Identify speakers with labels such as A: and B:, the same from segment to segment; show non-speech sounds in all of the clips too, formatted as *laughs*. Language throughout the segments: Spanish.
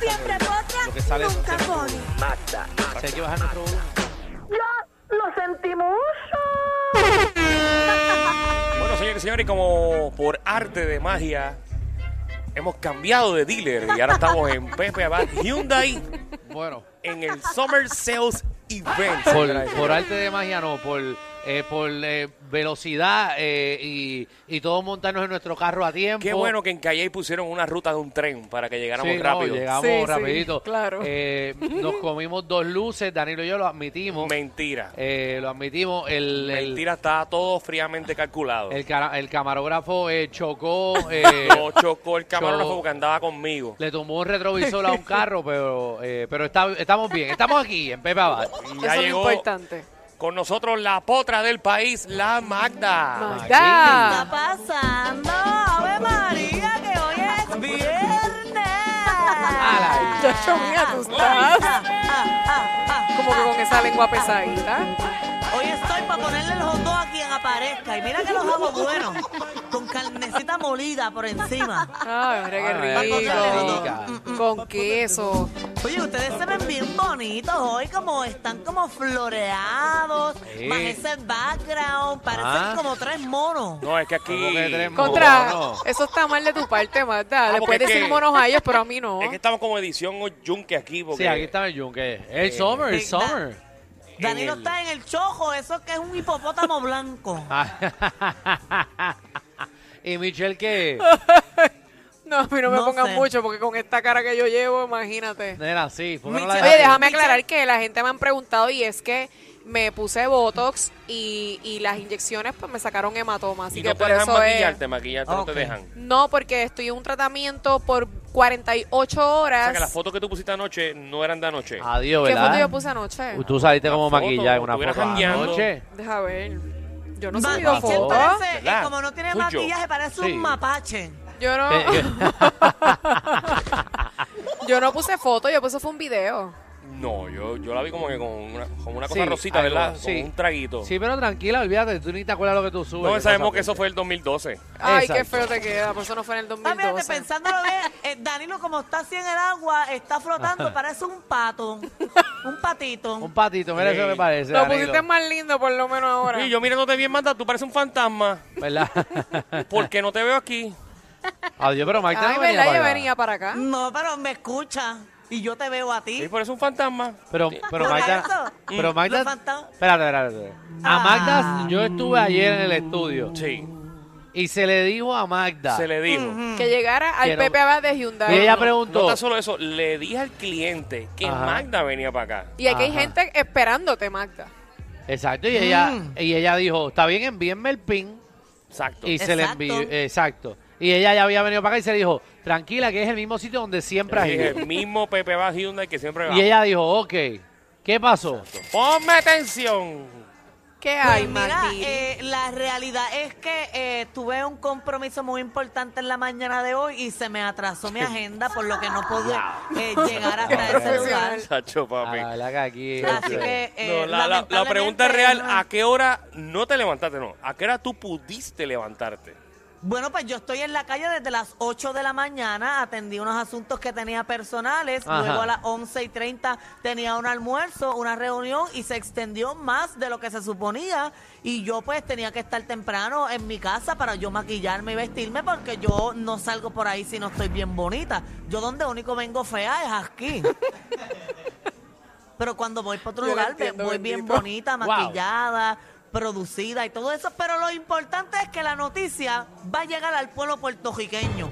A: Siempre potra,
B: Lo que sale es
A: nunca
B: hacer-
A: pone.
B: Si hay que bajar nuestro volumen.
A: Ya lo sentimos.
C: Bueno, señores y señores, como por arte de magia, hemos cambiado de dealer y ahora estamos en Pepe Abad Hyundai
D: Bueno,
C: en el Summer Sales Event. señoras y
D: por,
C: señores.
D: por arte de magia no, por, eh, por eh, velocidad eh, y, y todos montarnos en nuestro carro a tiempo.
C: Qué bueno que en Calle pusieron una ruta de un tren para que llegáramos
D: Sí, no,
C: rápido.
D: llegamos
E: Sí, sí,
D: rapidito.
E: claro. *laughs*
D: Eh, nos comimos dos luces, Danilo y yo lo admitimos.
C: Mentira.
D: Eh, lo admitimos. El, el-
C: Mentira, está todo fríamente calculado.
D: el cara- el camarógrafo eh, chocó, eh,
C: *laughs* No chocó el camarógrafo
D: Chocó.
C: porque andaba conmigo.
D: le tomó un retrovisor a un carro, pero eh, pero está- estamos bien. Estamos aquí en Pepe Abad.
C: Y
E: Eso
C: ya
E: es lo
C: llegó
E: importante.
C: con nosotros la potra del país, la Magda.
E: Magda.
A: pasando? ¡Ave María, que hoy es viernes!
D: Ala.
E: Chacho,
F: Ah,
E: mira, tú estás como que con esa lengua pesadita.
F: Hoy estoy para ponerle el hot dog a quien aparezca. Y mira que los hago buenos, con carnecita molida por encima.
E: Ay,
C: Ah,
E: mira
D: Ay,
E: qué rico.
D: rica.
E: Con
C: Mm,
E: queso.
F: Oye, ustedes se ven bien bonitos hoy, como están como floreados,
D: Sí.
F: más ese background, parecen
D: Ah.
F: como tres monos.
C: No, es que aquí.
D: ¿Cómo que tres monos?
E: Contra,
D: No, no.
E: eso está mal de tu parte, Magda.
C: Ah,
E: Le
C: porque
E: puedes
C: es
E: decir
C: que-
E: monos a ellos, pero a mí no.
C: Es que estamos como edición yunque aquí. Porque
D: Sí,
C: Eh,
D: aquí está el yunque. El summer, el
F: Big
D: summer. *laughs*
F: Danilo
C: el- Ah,
F: está en el chojo, eso que es un hipopótamo
C: *laughs*
F: blanco.
D: y Michelle, ¿qué?
E: *laughs* No, a mí no me
F: No
E: pongan
F: sé.
E: mucho porque con esta cara que yo llevo, imagínate.
D: Nena, sí. ¿por qué no la
E: Oye,
D: dejaste?
E: déjame aclarar que la gente me han preguntado y es que me puse Botox y, y las inyecciones pues me sacaron hematoma, así
C: Y
E: que
C: no te
E: por
C: dejan
E: eso es...
C: maquillarte, maquillarte, no
F: Ok.
C: te dejan.
E: No, porque estoy en un tratamiento por 48
C: O
E: horas.
C: sea, que las fotos que tú pusiste anoche no eran de anoche.
D: Adiós,
E: ¿Qué
D: ¿verdad? Uh,
E: foto yo puse anoche?
D: Tú saliste como
C: foto,
D: maquillada en una
C: estuviera
D: foto
C: jangueando.
D: anoche.
E: Deja ver. Yo no he
F: Va-
E: subido
D: por
F: Michelle
E: fotos.
D: favor.
F: parece, eh,
C: ¿Verdad?
F: como no tiene
C: Soy yo.
F: maquillaje, parece
D: Sí.
F: un mapache.
E: Yo no, *laughs*
D: Eh,
E: yo no puse fotos, yo puse fue un video.
C: No, yo, yo la vi como que con una, como una cosa
D: Sí,
C: rosita,
D: algo,
C: ¿verdad?
D: sí.
C: Con un traguito.
D: Sí, pero tranquila, olvídate, tú ni te acuerdas lo que tú subes.
C: no, sabemos que
D: Esa
C: eso fue el 2012.
E: Ay,
D: Exacto.
E: qué feo te queda, por eso no fue en el
F: Ah, fíjate,
E: 2012.
F: pensándolo bien, eh, Danilo como está así en el agua, está flotando, parece un pato, un patito.
D: Un patito, mira eso me parece.
E: Lo
D: Danilo.
E: pusiste más lindo por lo menos ahora.
C: Y yo mirándote bien, manda, tú pareces un fantasma. *laughs*
D: ¿Verdad?
C: Porque no te veo aquí.
D: Adiós, pero Mike
E: Ay,
D: no venía
E: ¿verdad?
D: para
E: Yo
D: acá.
E: venía para acá.
F: No, pero me escucha y yo te veo a
C: Sí,
F: ti.
C: por eso un fantasma.
D: Pero,
F: *laughs*
D: pero
F: Por
D: Magda,
F: eso.
D: pero
F: Mm.
D: Magda,
F: Los fantasmas. Ah.
D: espérate, espérate, espérate. A Magda, yo estuve ayer en el estudio
C: Sí,
D: y se le dijo a Magda.
C: se le dijo.
F: Mm.
E: Que llegara al
D: Quiero-
E: Pepe Abad de
D: Y
E: Hyundai.
D: ella
C: No
D: preguntó.
C: está solo eso, le dije al cliente que
D: Ajá.
C: Magda venía para acá.
E: Y aquí hay
D: Ajá.
E: gente esperándote, Magda.
D: Exacto, y ella,
C: Mm.
D: y ella dijo, está bien, envíenme el pin.
C: Exacto.
D: Y se le
F: Exacto.
D: envió, exacto. Y ella ya había venido para acá y se le dijo, tranquila, que es el mismo sitio donde siempre
C: Yo
D: has
C: dije,
D: ido.
C: el mismo Pepe va Hyundai que siempre va.
D: Y ella dijo, ok, ¿qué pasó?
C: Ponme atención.
E: ¿Qué
F: Pues
E: hay,
F: mira,
E: Magdi?
F: eh, la realidad es que eh, tuve un compromiso muy importante en la mañana de hoy y se me atrasó
C: *laughs*
F: mi agenda, por lo que no pude eh, llegar hasta ese lugar.
C: Chacho, papi.
D: Ah, la que aquí-
F: Así que, eh,
C: No, la, la- la
F: lamentablemente,
C: pregunta real,
F: no.
C: ¿a qué hora no te levantaste? No, ¿a qué hora tú pudiste levantarte?
F: Bueno, pues yo estoy en la calle desde las 8 de la mañana, atendí unos asuntos que tenía personales,
D: Ajá.
F: luego a las 11 y 30 tenía un almuerzo, una reunión y se extendió más de lo que se suponía y yo pues tenía que estar temprano en mi casa para yo maquillarme y vestirme porque yo no salgo por ahí si no estoy bien bonita. Yo donde único vengo fea es aquí. Pero cuando voy para otro
E: Yo lo
F: lugar,
E: entiendo,
F: voy bien
E: bendito.
F: bonita,
D: Wow.
F: maquillada, producida y todo eso. Pero lo importante es que la noticia va a llegar al pueblo puertorriqueño.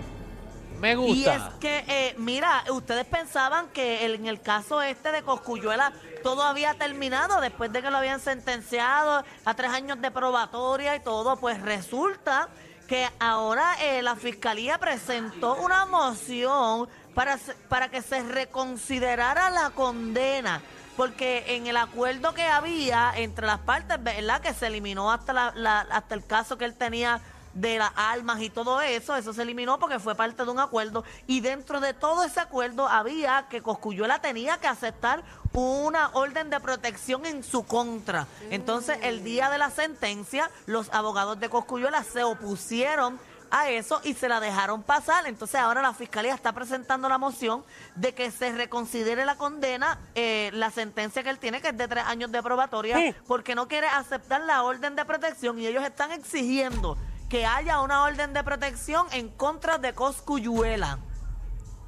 D: Me
F: Y es
D: gusta.
F: que, eh, mira, ustedes pensaban que el- en el caso este de Coscuyuela todo había terminado después de que lo habían sentenciado a tres años de probatoria y todo. Pues resulta que ahora eh, la fiscalía presentó una moción para, se- para que se reconsiderara la condena. Porque en el acuerdo que había entre las partes, ¿verdad? Que se eliminó hasta, la- la- hasta el caso que él tenía de las armas y todo eso, eso se eliminó porque fue parte de un acuerdo y dentro de todo ese acuerdo había que Cosculluela tenía que aceptar una orden de protección en su contra. Entonces, el día de la sentencia, los abogados de Cosculluela se opusieron a eso y se la dejaron pasar. Entonces ahora la fiscalía está presentando la moción de que se reconsidere la condena, eh, la sentencia que él tiene, que es de tres años de probatoria, porque no quiere aceptar la orden de protección y ellos están exigiendo que haya una orden de protección en contra de Coscuyuela.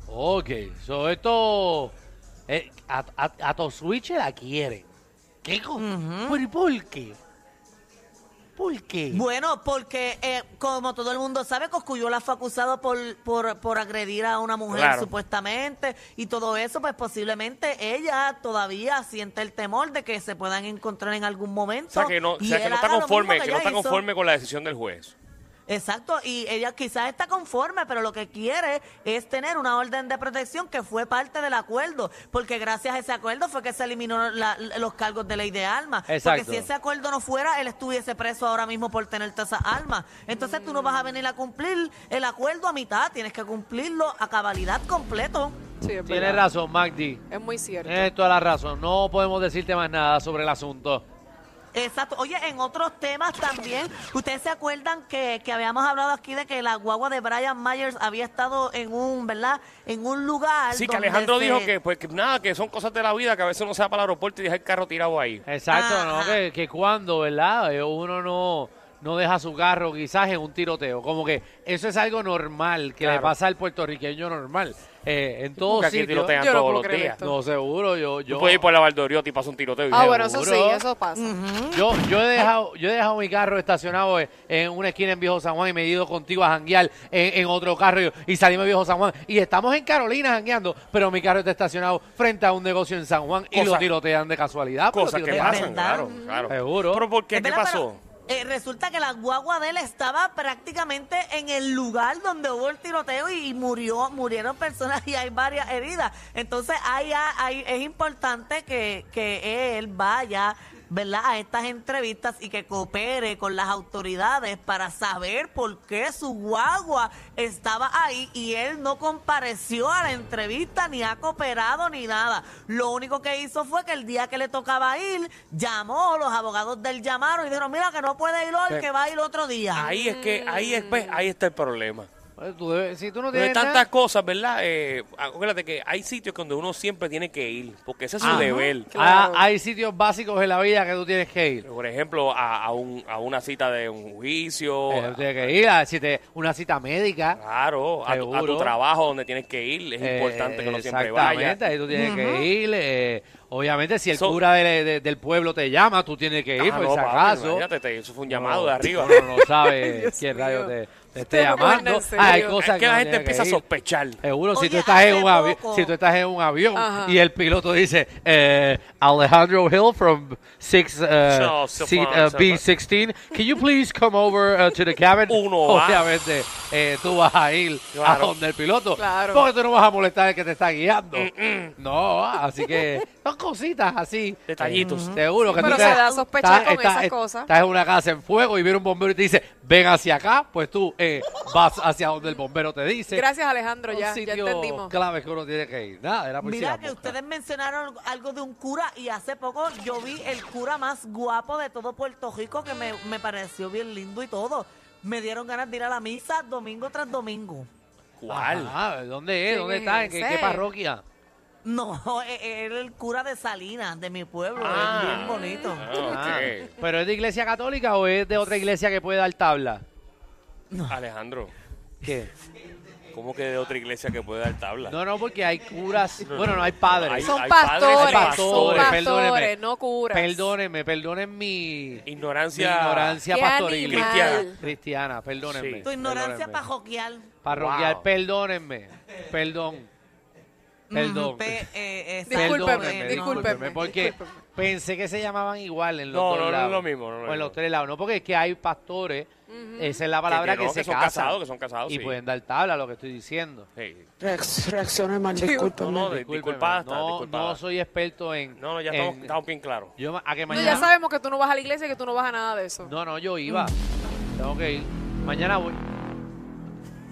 D: Ok, so esto. eh, a, a, a Toswitch la quieren. ¿Qué co- Pero ¿y por qué? ¿Por qué?
F: Bueno, porque eh, como todo el mundo sabe, Coscuyola fue acusado por, por, por agredir a una mujer
C: Claro.
F: supuestamente y todo eso, pues posiblemente ella todavía siente el temor de que se puedan encontrar en algún momento.
C: O sea, que no, o
F: y
C: sea, que
F: él
C: no está
F: haga lo mismo
C: conforme, que
F: ella
C: no está
F: hizo.
C: conforme con la decisión del juez.
F: Exacto, y ella quizás está conforme, pero lo que quiere es tener una orden de protección que fue parte del acuerdo, porque gracias a ese acuerdo fue que se eliminó la- los cargos de ley de armas.
D: Exacto.
F: Porque si ese acuerdo no fuera, él estuviese preso ahora mismo por tener todas esas armas. Entonces tú no vas a venir a cumplir el acuerdo a mitad, tienes que cumplirlo a cabalidad completo.
E: Sí, es
D: Tienes
E: verdad.
D: razón, Eh, Magdi.
E: Es muy cierto. Ah,
D: Tienes toda la razón. No podemos decirte más nada sobre el asunto.
F: Exacto. Oye, en otros temas también, ¿ustedes se acuerdan que, que habíamos hablado aquí de que la guagua de Brian Myers había estado en un, ¿verdad? En un lugar.
C: Sí, que
F: donde
C: Alejandro
F: se-
C: dijo que, pues, que nada, que son cosas de la vida, que a veces uno se va para el aeropuerto y deja el carro tirado ahí.
D: Exacto, ¿no?
F: Ajá.
D: Que, que cuando, ¿verdad? Eh, Uno no, no deja su carro quizás en un tiroteo. Como que eso es algo normal que le
C: Claro.
D: pasa al puertorriqueño normal. Eh, en
C: Porque
D: todo
C: aquí
D: sitio.
C: tirotean
E: Yo no
C: todos
E: puedo
C: los
E: creer
C: días.
E: esto.
D: No, seguro, yo...
C: Yo
D: yo
C: puedo ir por la Valdoriotti y paso un tiroteo. y
E: Ah,
C: dije,
E: bueno, eso sí,
D: Seguro.
E: eso pasa.
D: Yo, yo he dejado, yo he dejado mi carro estacionado en, en una esquina en Viejo San Juan y me he ido contigo a janguear en, en otro carro y, y salimos de Viejo San Juan. Y estamos en Carolina jangueando, pero mi carro está estacionado frente a un negocio en San Juan y
C: Cosa-
D: lo tirotean de casualidad. pero
C: cosas que
D: tirotean.
C: pasan,
F: ¿Verdad?
C: claro, claro.
D: Seguro.
C: Pero ¿por qué?
F: Es
C: ¿Qué
F: verdad,
C: pasó?
F: pero, eh, resulta que la guagua de él estaba prácticamente en el lugar donde hubo el tiroteo y, y murió, murieron personas y hay varias heridas. Entonces ahí ha- ahí es importante que, que él vaya, ¿verdad? A estas entrevistas y que coopere con las autoridades para saber por qué su guagua estaba ahí y él no compareció a la entrevista ni ha cooperado ni nada. Lo único que hizo fue que el día que le tocaba ir, llamó, los abogados del llamaron y dijeron, mira que no puede ir hoy,
C: Sí.
F: que va a ir otro día.
C: Ahí es que, ahí es, ves, ahí está el problema.
D: Pues tú debes- si tú no
C: Pero hay
D: tienes
C: tantas
D: nada-
C: cosas, ¿verdad? Eh, acuérdate que hay sitios donde uno siempre tiene que ir, porque ese es su
D: Ajá.
C: deber.
D: Ah,
E: Claro.
D: hay sitios básicos en la vida que tú tienes que ir.
C: Por ejemplo, a, a un- a una cita de un juicio,
D: Eh, tú tienes que ir a si te- una cita médica.
C: claro, a tu, a tu
D: Seguro. Eh,
C: trabajo donde tienes que ir. Ah, Es importante que uno siempre vaya.
D: Exactamente, ahí tú tienes que ir. eh, obviamente, si el
C: So-
D: cura de- de- del pueblo te llama, tú tienes que ir,
C: Ah,
D: por
C: no,
D: si
C: papi,
D: acaso.
C: imagínate, te- eso fue un llamado de arriba.
D: No, no, no
E: *laughs*
D: sabes
E: Dios
D: quién
E: mío.
D: rayo te, te esté
E: Ustedes no cogen
D: llamando.
E: en serio.
D: Ah, hay
E: Es
D: cosas
C: es que la
D: no
C: gente
D: tienes
C: empieza a
D: ir.
C: sospechar.
D: Seguro, si
F: Oye,
D: tú, estás en
F: hace
D: un avi-
F: poco-
D: si tú estás en un avión
E: Ajá.
D: y el piloto dice eh, Alejandro Hill from six, uh,
C: No, se
D: seat,
C: fue,
D: uh,
C: se
D: B16, can you please come over uh, to the cabin?
C: *laughs* Uno va.
D: Obviamente eh, tú vas a ir
C: Claro.
D: a donde el piloto.
E: Claro.
D: Porque tú no vas a molestar al que te está guiando.
C: Mm,
D: No, así que son cositas así.
C: Detallitos.
D: Eh, Seguro que
E: pero
D: tú
E: se
D: te-
E: da a sospechar
D: estás-
E: con esas
D: estás-
E: cosas.
D: Estás en una casa en fuego y viene un bombero y te dice, ven hacia acá, pues tú eh, vas hacia donde el bombero te dice.
E: Gracias, Alejandro,
D: Son
E: ya, ya
D: sitios
E: entendimos.
D: claves que uno tiene que ir. Nada, era pues,
F: Mira que ustedes mencionaron algo de un cura y hace poco yo vi el cura más guapo de todo Puerto Rico que me, me pareció bien lindo y todo. Me dieron ganas de ir a la misa domingo tras domingo.
C: ¿Cuál?
D: Ah, ¿Dónde es?
E: ¿Quién
D: ¿Dónde
E: es
D: está? ¿En qué, qué
E: ese?
D: parroquia?
F: No, *laughs* e- e- era el cura de Salinas, de mi pueblo,
C: Ah.
F: es bien bonito.
C: Ah, ok.
D: ¿Pero es de iglesia católica o es de otra iglesia que puede dar tabla?
C: Alejandro,
D: ¿Qué?
C: ¿cómo que de otra iglesia que puede dar tabla?
D: No, no, porque hay curas. Bueno, no hay padres.
E: Son
C: hay
E: pastores,
C: padres, hay
E: son
C: pastores,
D: perdóneme.
E: pastores, no curas.
D: Perdónenme, perdonen mi
C: Ignorancia.
D: mi ignorancia
E: Qué
D: pastoril.
E: animal.
D: Cristiana, cristiana, perdónenme.
C: Sí.
F: Tu ignorancia
D: perdónenme.
F: pajoquial.
D: Parroquial,
C: Wow.
D: perdónenme. Perdón. Perdón.
F: Pe- eh, exacto.
D: Perdóneme,
E: Discúlpeme, discúlpeme,
D: porque
E: discúlpeme.
D: pensé que se llamaban igual en los
C: No,
D: dos
C: no, no es
D: lados.
C: lo mismo, no es lo
D: o en
C: mismo.
D: los tres lados, no, porque es que hay pastores, esa es la palabra
C: que
D: que,
C: no,
D: se
C: que son
D: casan.
C: casados, que son casados,
D: Y
C: sí.
D: pueden dar tabla a lo que estoy diciendo.
C: Sí.
G: Reacc- Reaccioné mal, disculpa.
C: No, no, de-
D: Discúlpeme,
C: disculpa, hasta,
D: no,
C: disculpa.
D: no soy experto en...
C: No, no, ya
D: en-
C: estamos, estamos bien claros.
D: yo, a que
E: No,
D: mañana...
E: ya sabemos que tú no vas a la iglesia y que tú no vas a nada de eso.
D: No, no, yo iba. Tengo que ir. Mañana voy.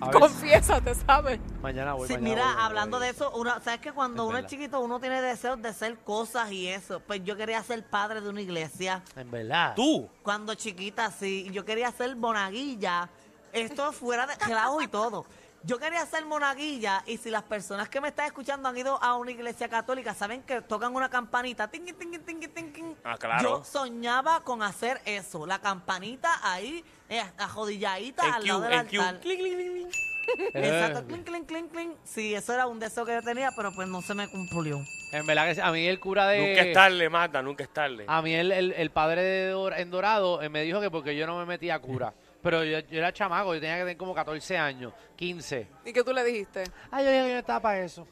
D: A ver,
E: Confiésate, ¿sabes?
D: mañana voy.
F: Sí,
D: mañana voy,
F: mira,
D: mañana
F: hablando
D: voy.
F: de eso, una, sabes que cuando
D: Es
F: uno es
D: verdad.
F: chiquito uno tiene deseos de ser cosas y eso. Pues yo quería ser padre de una iglesia.
D: En verdad.
C: Tú,
F: Cuando chiquita, sí, yo quería ser monaguilla. Esto es fuera de clavo y todo. Yo quería ser monaguilla y si las personas que me están escuchando han ido a una iglesia católica, saben que tocan una campanita. tingui, tingui, tingui, tingui.
C: Ah, claro.
F: Yo soñaba con hacer eso, la campanita ahí, eh, ajodilladita
C: en
F: al lado
C: Q,
F: del
C: en Q.
F: altar.
C: Clic, clic, clic, clic.
F: Exacto, clink, clink, clink, clink. Sí, eso era un deseo que yo tenía, pero pues no se me cumplió.
D: En verdad que sí. a mí el cura de...
C: Nunca
E: Eh,
C: es tarde, Magda, nunca es tarde.
E: Ah,
D: A mí el, el- el padre de Dor- en Dorado eh, me dijo que porque yo no me metía a
C: *laughs*
D: cura. Pero yo, yo era chamaco, yo tenía que tener como 14 años, 15.
E: ¿Y qué tú le dijiste?
D: Ay, Ah, yo dije que yo estaba para eso.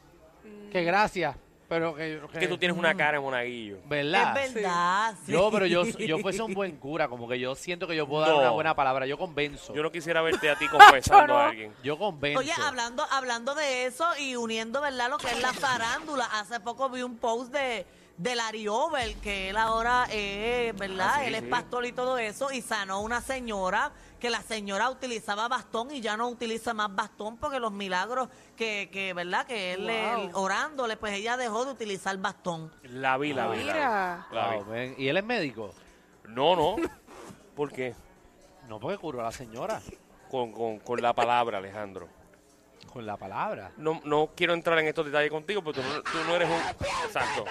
D: Mm. Que gracias, pero que...
C: Es que tú tienes
E: mm.
C: una cara de monaguillo.
D: ¿Verdad?
F: Es verdad. sí.
D: Yo, pero yo, yo *laughs* fuese un buen cura, como que yo siento que yo puedo dar
C: No.
D: una buena palabra, yo convenzo.
C: Yo
D: Yo,
C: no quisiera verte
E: *laughs*
C: a ti confesando
E: no.
C: a alguien.
D: convenzo.
F: Oye, hablando, hablando de eso y uniendo, ¿verdad? Lo que es la farándula. Hace poco vi un post de, de Larry Over, que él ahora es, ¿verdad?
C: Ah, sí,
F: él es
C: sí.
F: pastor y todo eso, y sanó una señora que la señora utilizaba bastón y ya no utiliza más bastón porque los milagros que, que ¿verdad? Que él,
E: Wow.
F: él orándole, pues ella dejó de utilizar bastón.
C: La vi, la vi. la vi,
E: Mira.
C: la vi.
D: Wow, ven, ¿Y él es médico?
C: No, no. ¿Por qué?
D: No, porque curó a la
C: *laughs*
D: señora
C: Con, con, con la palabra, Alejandro.
D: con la palabra.
C: No, no quiero entrar en estos detalles contigo, pero tú no, tú no eres un. Exacto.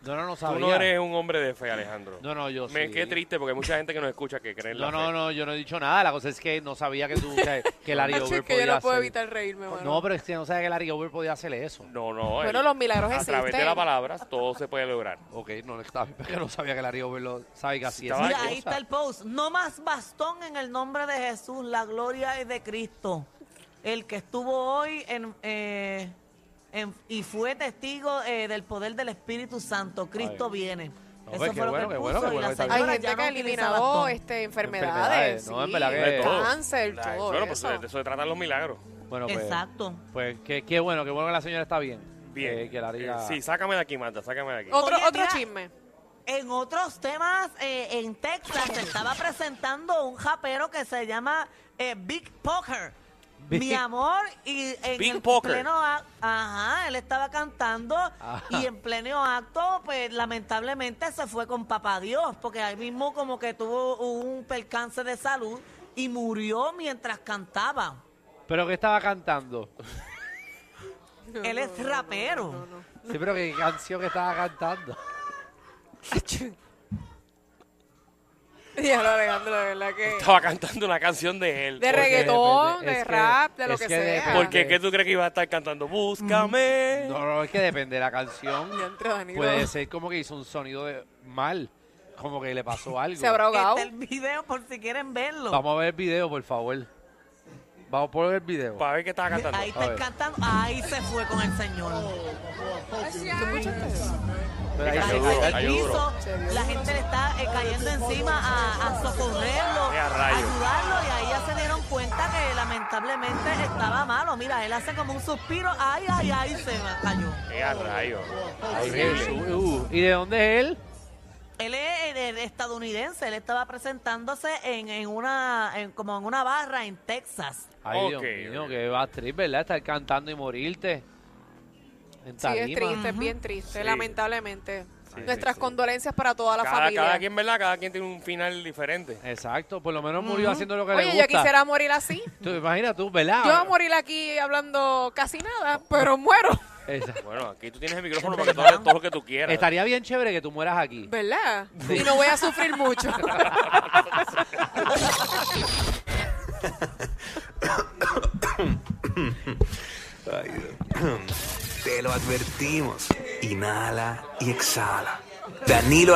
D: No, no, no
C: Tú
D: sabía.
C: no eres un hombre de fe, Alejandro.
D: No, no, yo
C: Me
D: sí.
C: quedé triste porque hay mucha gente que nos escucha que cree en
D: No,
C: la
D: no,
C: fe.
D: no, yo no he dicho nada. La cosa es que no sabía que tú,
C: *laughs*
D: que, que Larry
E: Macho,
D: Over
E: es que yo
D: podía
E: no puedo
D: hacer-
E: evitar reírme, mano.
D: No, pero es que no sabía que Larry Over podía hacer eso.
C: No, no.
E: Bueno,
C: el-
E: los
C: A
E: milagros
C: través de
E: existen.
C: la palabra todo se puede lograr.
D: Ok, no, está bien, *laughs* pero no sabía que Larry Over lo sabe que así es.
C: Estaba
F: Mira,
C: Ay,
F: ahí está el post. No más bastón en el nombre de Jesús. La gloria es de Cristo. El que estuvo hoy en, eh, en- y fue testigo eh, del poder del Espíritu Santo. Cristo
D: Ay.
F: viene.
D: No, pues, qué bueno,
F: él
D: qué bueno,
F: puso
D: qué
F: y la
D: bueno que está
E: Hay
F: señora
E: gente
F: ya
E: que
F: no
E: ha
F: utiliza
E: eliminado
F: bastón.
E: este,
D: Enfermedades,
E: enfermedades,
D: no, en
E: sí,
D: verdad que-
C: De todo.
E: cáncer,
C: Ay,
E: todo
C: Bueno, pues
E: eso.
C: de eso se tratan los milagros.
D: Bueno, pues,
F: Exacto.
D: Pues qué, qué bueno, qué bueno que la señora está bien.
C: Bien.
D: Que, que Larry
C: Eh,
D: la-
C: Sí, sácame de aquí, Marta, sácame de aquí.
E: Otro,
F: Oye,
E: otro
F: mira.
E: *laughs* chisme.
F: En otros temas, eh, en Texas se estaba presentando un japero que se llama eh, Big Poker.
D: Big-
F: Mi amor, y en
C: Big
F: el
C: Poker.
F: pleno ac- ajá, él estaba cantando
D: Ajá.
F: y en pleno acto, pues lamentablemente se fue con papá Dios, porque ahí mismo como que tuvo un percance de salud y murió mientras cantaba.
D: Pero que estaba cantando.
F: él es rapero.
D: Sí, pero qué canción que estaba cantando.
E: Dígalo, Alejandro, de verdad que...
C: Estaba cantando una canción de él.
E: De
C: Porque-
E: *laughs* reggaetón,
D: depende,
E: de
D: es que-
E: rap, de lo
D: es
E: que,
D: que
E: sea.
D: depende.
C: Porque ¿qué tú crees que iba a estar cantando? Búscame.
D: No, no, es que depende de la canción.
E: Diantre, Danilo.
D: Puede ser como que hizo un sonido de mal, como que le
E: *laughs*
D: pasó algo.
E: Se habrá ahogado.
F: Está Este el video por si quieren verlo.
D: Vamos a ver el video, por favor. Vamos a ver el video.
C: Para ver qué estaba cantando.
F: Ahí
D: A
F: está él
D: ver.
F: cantando, ahí se fue con el señor.
D: Pero ahí-
F: Está
C: Ayudó,
F: en el
C: ayudó.
F: piso, la gente le está eh, cayendo encima a, a socorrerlo,
C: Qué
F: a
C: rayo.
F: ayudarlo y ahí ya se dieron cuenta que lamentablemente estaba malo. Mira, él hace como un suspiro, ay, ay, ay, se me cayó.
C: ¡Qué a rayo!
D: ahí-
C: Horrible.
D: Uh, ¿Y de dónde es él?
F: Él es eh, eh, estadounidense, él estaba presentándose en, en una, en- como en una barra en Texas.
D: Ay,
C: Ok,
D: Dios mío,
C: ok.
D: que va a trip, ¿verdad? Estar cantando y morirte. En
E: Sí,
D: tarima.
E: es triste, es bien triste,
C: Sí.
E: lamentablemente.
C: Sí,
E: Nuestras
C: sí, sí.
E: condolencias para toda la
C: Cada,
E: familia.
C: cada quien, ¿verdad? Cada quien tiene un final diferente.
D: Exacto, por lo menos murió haciendo lo que le
E: Oye,
D: gusta. Ah,
E: yo quisiera morir así.
D: Tú, imagina tú, ¿verdad?
E: Yo voy a morir aquí hablando casi nada, pero muero.
D: Esa-
C: Bueno, aquí tú tienes el micrófono para que tú hables todo lo que tú quieras.
D: Estaría bien chévere que tú mueras aquí.
E: ¿Verdad? Y no voy a sufrir mucho.
G: Ay, Dios. Te lo advertimos. Inhala y exhala. Danilo